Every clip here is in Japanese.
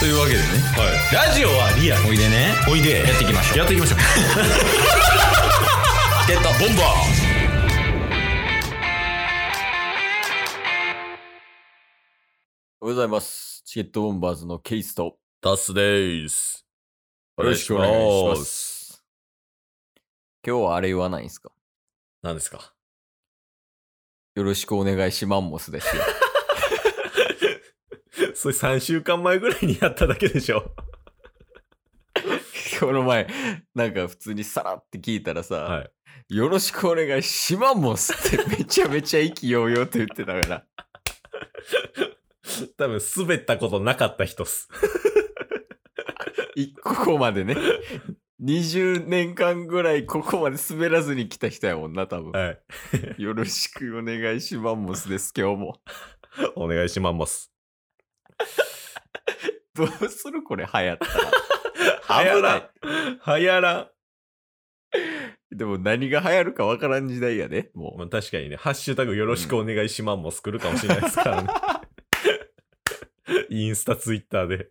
というわけでねはい。ラジオはリアル。おいでねおいで。やっていきましょうやっていきましょう。 ゲットボンバおはようございます。チケットボンバーズのケイスと。ーよダスでーすよろしくお願いします。今日はあれ言わないんすか何ですかよろしくお願いしマンモス ですよ。それ3週間前ぐらいにやっただけでしょこの前、なんか普通にさらって聞いたらさ、はいよろしくお願いしマンモスって めちゃめちゃ意気揚々と言ってたから。多分滑ったことなかった人っすいここまでね。20年間ぐらいここまで滑らずに来た人やもんな、多分。はいよろしくお願いしマンモスです、今日も。お願いしますどうするこれ流行ったら。はや危らなんいはやらんでも何が流行るかわからん時代やで、ね、もうま。あ、確かにね、ハッシュタグよろしくお願いしまんも作るかもしれないです からね。インスタ、ツイッターで。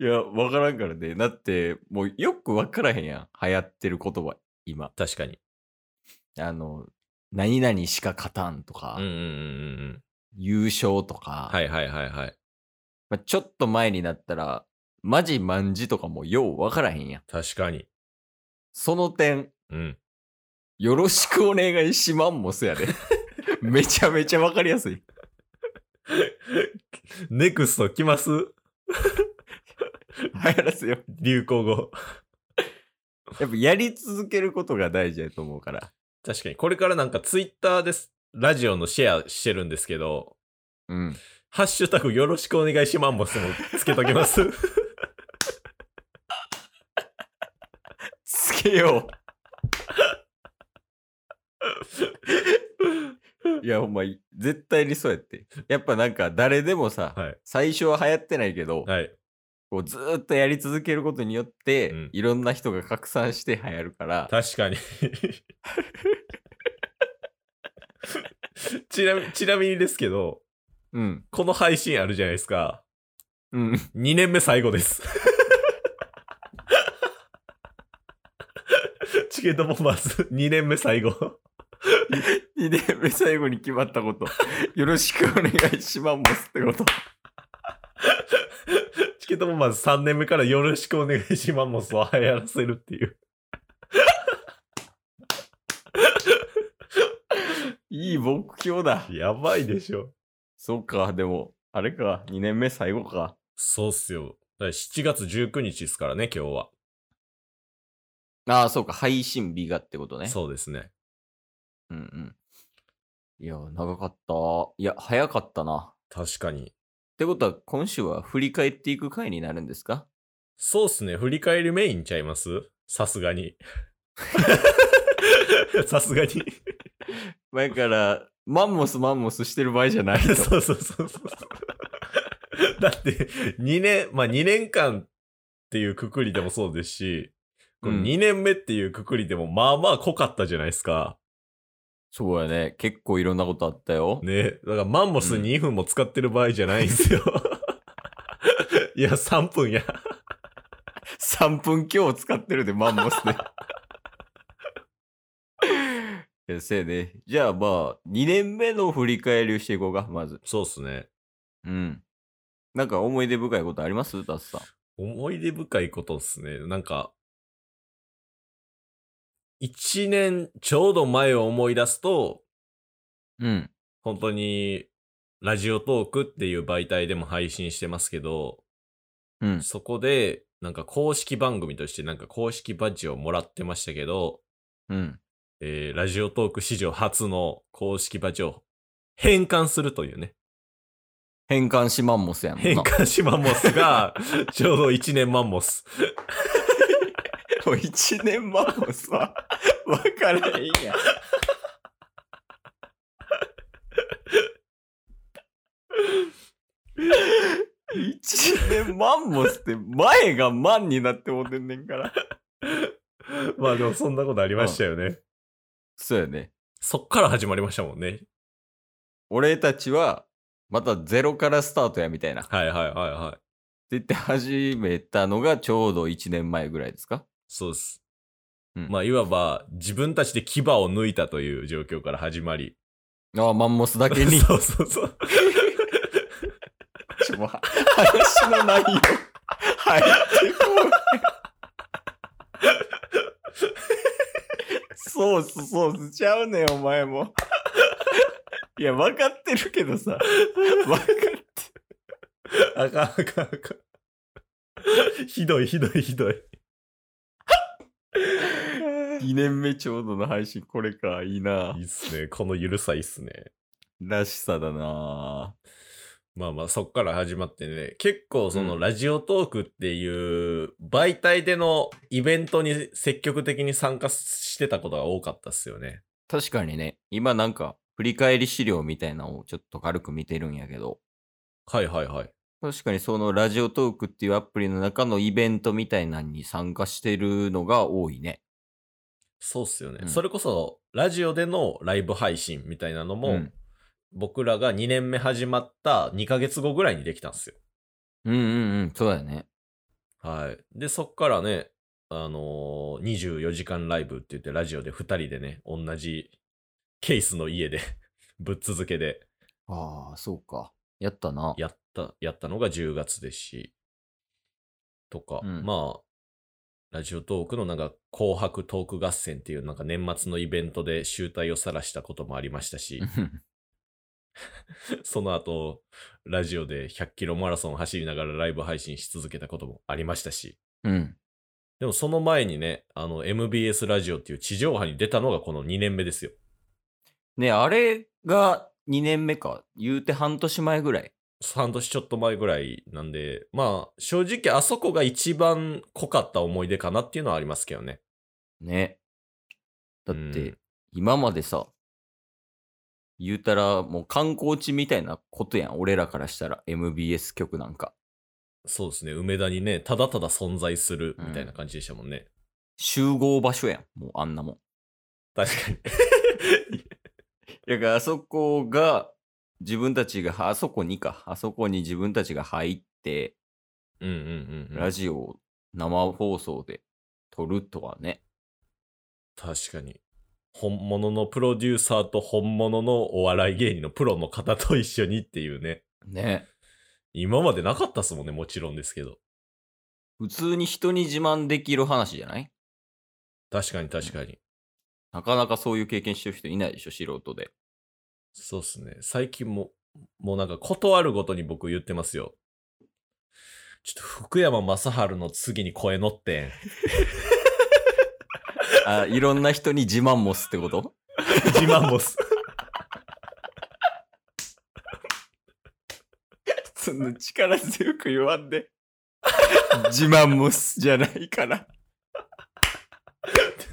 いや、わからんからね。だって、もうよくわからへんやん。流行ってる言葉、今。確かに。あの、何々しか勝たんとか、うんうんうんうん。優勝とか、はいはいはいはい。まあ、ちょっと前になったら、マジマンジとかもようわからへんやん。確かに。その点、うん。よろしくお願いしまんもそやで。 めちゃめちゃわかりやすい。ネクスト来ます流行らせよう。流行語。やっぱやり続けることが大事やと思うから。確かに。これからなんかツイッターです。ラジオのシェアしてるんですけど、うん。ハッシュタグよろしくお願いしまんもすもつけときます。つけよ う。いや、ほんま、絶対にそうやって。やっぱなんか誰でもさ、はい。最初は流行ってないけど、はい。こうずーっとやり続けることによって、うんいろんな人が拡散して流行るから、確かに ちなみちなみにですけどうん、この配信あるじゃないですかうん。 2年目最後ですチケットボンバーズ2年目最後2年目最後に決まった こと、よろしくお願いしますってこと。 チケットボンバーズ3年目からよろしくお願いしますを流行らせるっていういい目標だ。やばいでしょそうか、でも、あれか、2年目最後か。そうっすよだから7月19日ですからね今日は、ああ、そうか、配信日がってことね。そうですねうんうん。いや、長かった。いや、早かったな。確かにってことは、今週は振り返っていく回になるんですかそうっすね。振り返りメインちゃいますさすがに。 さすがに。前から、マンモスマンモスしてる場合じゃない と。そうそうそうそう。だって、2年、まあ2年間っていうくくりでもそうですし、このうん2年目っていうくくりでもまあまあ濃かったじゃないですか。 そうやね。結構いろんなことあったよ。ね。だからマンモスうん2分も使ってる場合じゃないんですよ。 いや、3分や。 3分強を使ってるで、マンモスで。 いやせやね。じゃあまあ、2年目の振り返りをしていこうか、まず。そうっすね。うん。なんか思い出深いことありますダスさん。思い出深いことっすね。なんか、一年ちょうど前を思い出すと、うん。本当に、ラジオトークっていう媒体でも配信してますけど、うん。そこで、なんか公式番組としてなんか公式バッジをもらってましたけど、うん。えーラジオトーク史上初の公式バッジを返還するというね。変換しマンモスやもんな。返還しマンモスが、ちょうど一年マンモス。もう一年前も さ、わからへんやん。一年マンモスって前がマンになってもうてんねんから。まあでもそんなことありましたよね。そうやね。そっから始まりましたもんね。俺たちは、またゼロからスタートやみたいな。ってはいはいはいはい。言って始めたのがちょうど1年前ぐらいですかそうです。うんまあ、いわば、自分たちで牙を抜いたという状況から始まり。ああ、マンモスだけ に。そうそうそう。ちょもう話の内容。はい。そうっす、そうっす。ちゃうねん、お前も。いや、分かってるけどさ。分かっあかんあかんあかん。ひどいひどいひどい。。2年目ちょうどの配信、これか。いいないいっすね。このゆるさいいっすね。らしさだなまあまあ、そっから始まってね。結構そうのんラジオトークっていう媒体でのイベントに積極的に参加してたことが多かったっすよね。確かにね、今なんか、振り返り資料みたいなのをちょっと軽く見てるんやけど、はいはいはい。確かにそのラジオトークっていうアプリの中のイベントみたいなのに参加してるのが多いね。そうっすよね。うんそれこそ、ラジオでのライブ配信みたいなのも、うん僕らが2年目始まった2ヶ月後ぐらいにできたんですよ。うんうんうん、そうだよね。はい。で、そっからね、あのー24時間ライブって言って、ラジオで2人でね、同じケースの家で、 ぶっ続けでああ、そうか。やったな。やった、やったのが10月ですし、とか、うんまあ、ラジオトークのなんか紅白トーク合戦っていうなんか年末のイベントで集大を晒したこともありました し、その後、ラジオで100キロマラソンを走りながらライブ配信し続けたこともありましたし、うん。でもその前にね、あの MBS ラジオっていう地上波に出たのがこの2年目ですよ。ねあれが2年目か。言うて半年前ぐらい。半年ちょっと前ぐらいなんで、まあ正直あそこが一番濃かった思い出かなっていうのはありますけどね。ね。だっうんて、今までさ、言うたらもう観光地みたいなことやん。俺らからしたら MBS 局なんか。そうですね、梅田にね、ただただ存在するみたいな感じでしたもんね。集合場所やん。もうあんなもん。確か に。だからあそこが、自分たちが、あそこにか。あそこに自分たちが入って、うんうんうん、うラん。ジオを生放送で撮るとはね。確かに。本物のプロデューサーと本物のお笑い芸人のプロの方と一緒にっていうね。ね。今までなかったっすもんね、もちろんですけど。普通に人に自慢できる話じゃない確かに確かに。なかなかそういう経験してる人いないでしょ、素人で。そうっすね。最近も、もうなんかことあるごとに僕言ってますよ。ちょっと福山雅治の次に声乗ってん。あ、いろんな人に自慢もすってこと自慢もす。その力強く言わんで。自慢もすじゃないから。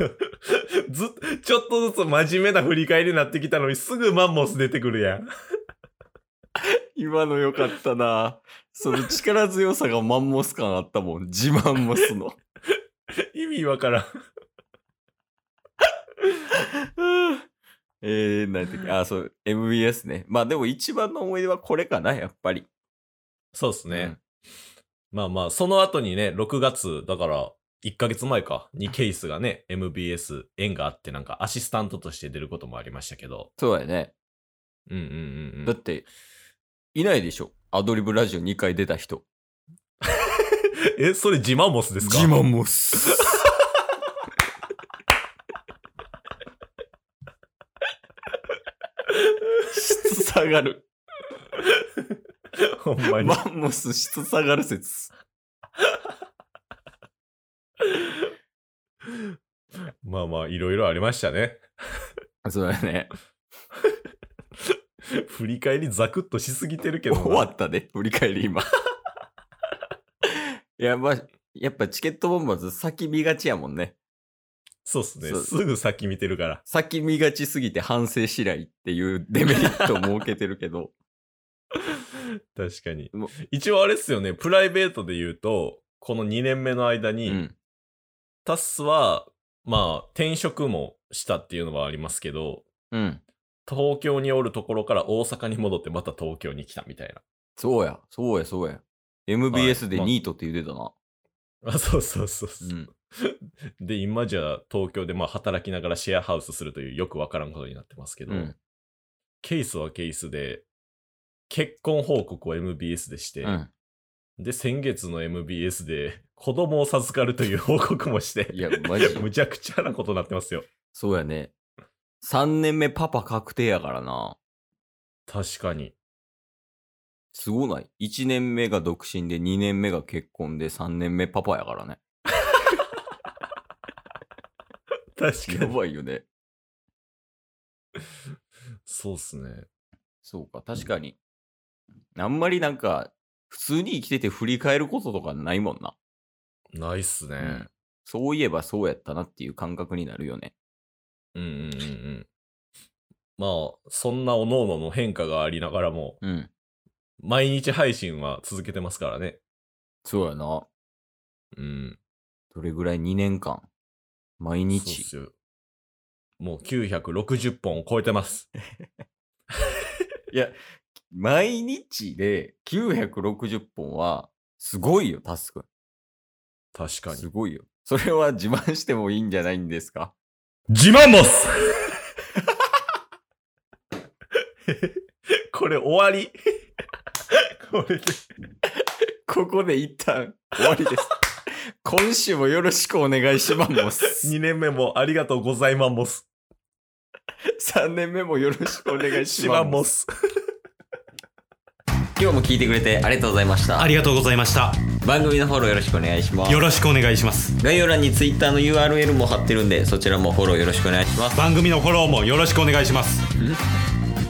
ずっちょっとずつ真面目な振り返りになってきたのにすぐマンモス出てくるやん。 今の良かったな。その力強さがマンモス感あったもん。自慢もすの。意味わからん。 えー、なんていうか、あ、そう、MBS ね。まあでも一番の思い出はこれかな、やっぱり。そうっすね。まあまあ、その後にね、6月、だから、1ヶ月前か、にケイスがね、MBS 縁があって、なんかアシスタントとして出ることもありましたけど。そうやね。うんうんうんうだっん。て、いないでしょ。アドリブラジオ2回出た人。 え、それ自慢モスですかもす。質下がる。 ほんまに。マンモス質下がる説。まあまあ、いろいろありましたね。そうだね。振り返りザクッとしすぎてるけどな。終わったね。振り返り今。いや、まあ、やっぱチケットボンバーズ先見がちやもんね。そうっすね。そうすぐ先見てるから。先見がちすぎて反省しないっていうデメリットを設けてるけど。確かにもう。一応あれっすよね。プライベートで言うと、この2年目の間 うに、ん。タッスは、まあ、転職もしたっていうのはありますけど、うん。東京におるところから大阪に戻ってまた東京に来たみたいそうや、そうや、そうや。MBS でまあニートって言ってたな。な。あ、 そうそうそうそううん。で、今じゃあ東京でまあ働きながらシェアハウスするというよくわからんことになってますけど、うんケースはケースで、結婚報告を MBS でして、うん。で、先月の MBS で子供を授かるという報告もしてい、や、マジむちゃくちゃなことになってますよ。そうやね。3年目パパ確定やからな。確かに。すごない ?1 年目が独身で、2年目が結婚で、3年目パパやからね。確かやに。ばいよね。そうっすね。そうか、確かに。あんまりなんか、普通に生きてて振り返ることとかないもんな。ないっすね。そういえばそうやったなっていう感覚になるよね。うんうんうんうん。まあ、そんなおのおのの変化がありながらも、うん。毎日配信は続けてますからね。そうやな。うん。どれぐらい2年間。毎そうっ日。すよもう960本を超えてます。毎日で960本は、すごいよ、タスク。確かすに。ごいよ。それは自慢してもいいんじゃないんです か自慢もっす これ終わり これで。ここで一旦終わり です。今週もよろしくお願いします。 2年目もありがとうございまんもす。 3年目もよろしくお願いししま。ますんもす。今日も聞いてくれてありがとうございましたあ。りがとうございました。番組のフォローよろしくお願いしますよ。ろしくお願いします。概要欄に Twitter の URL も貼ってるんで、そちらもフォローよろしくお願いします。番組のフォローもよろしくお願いします。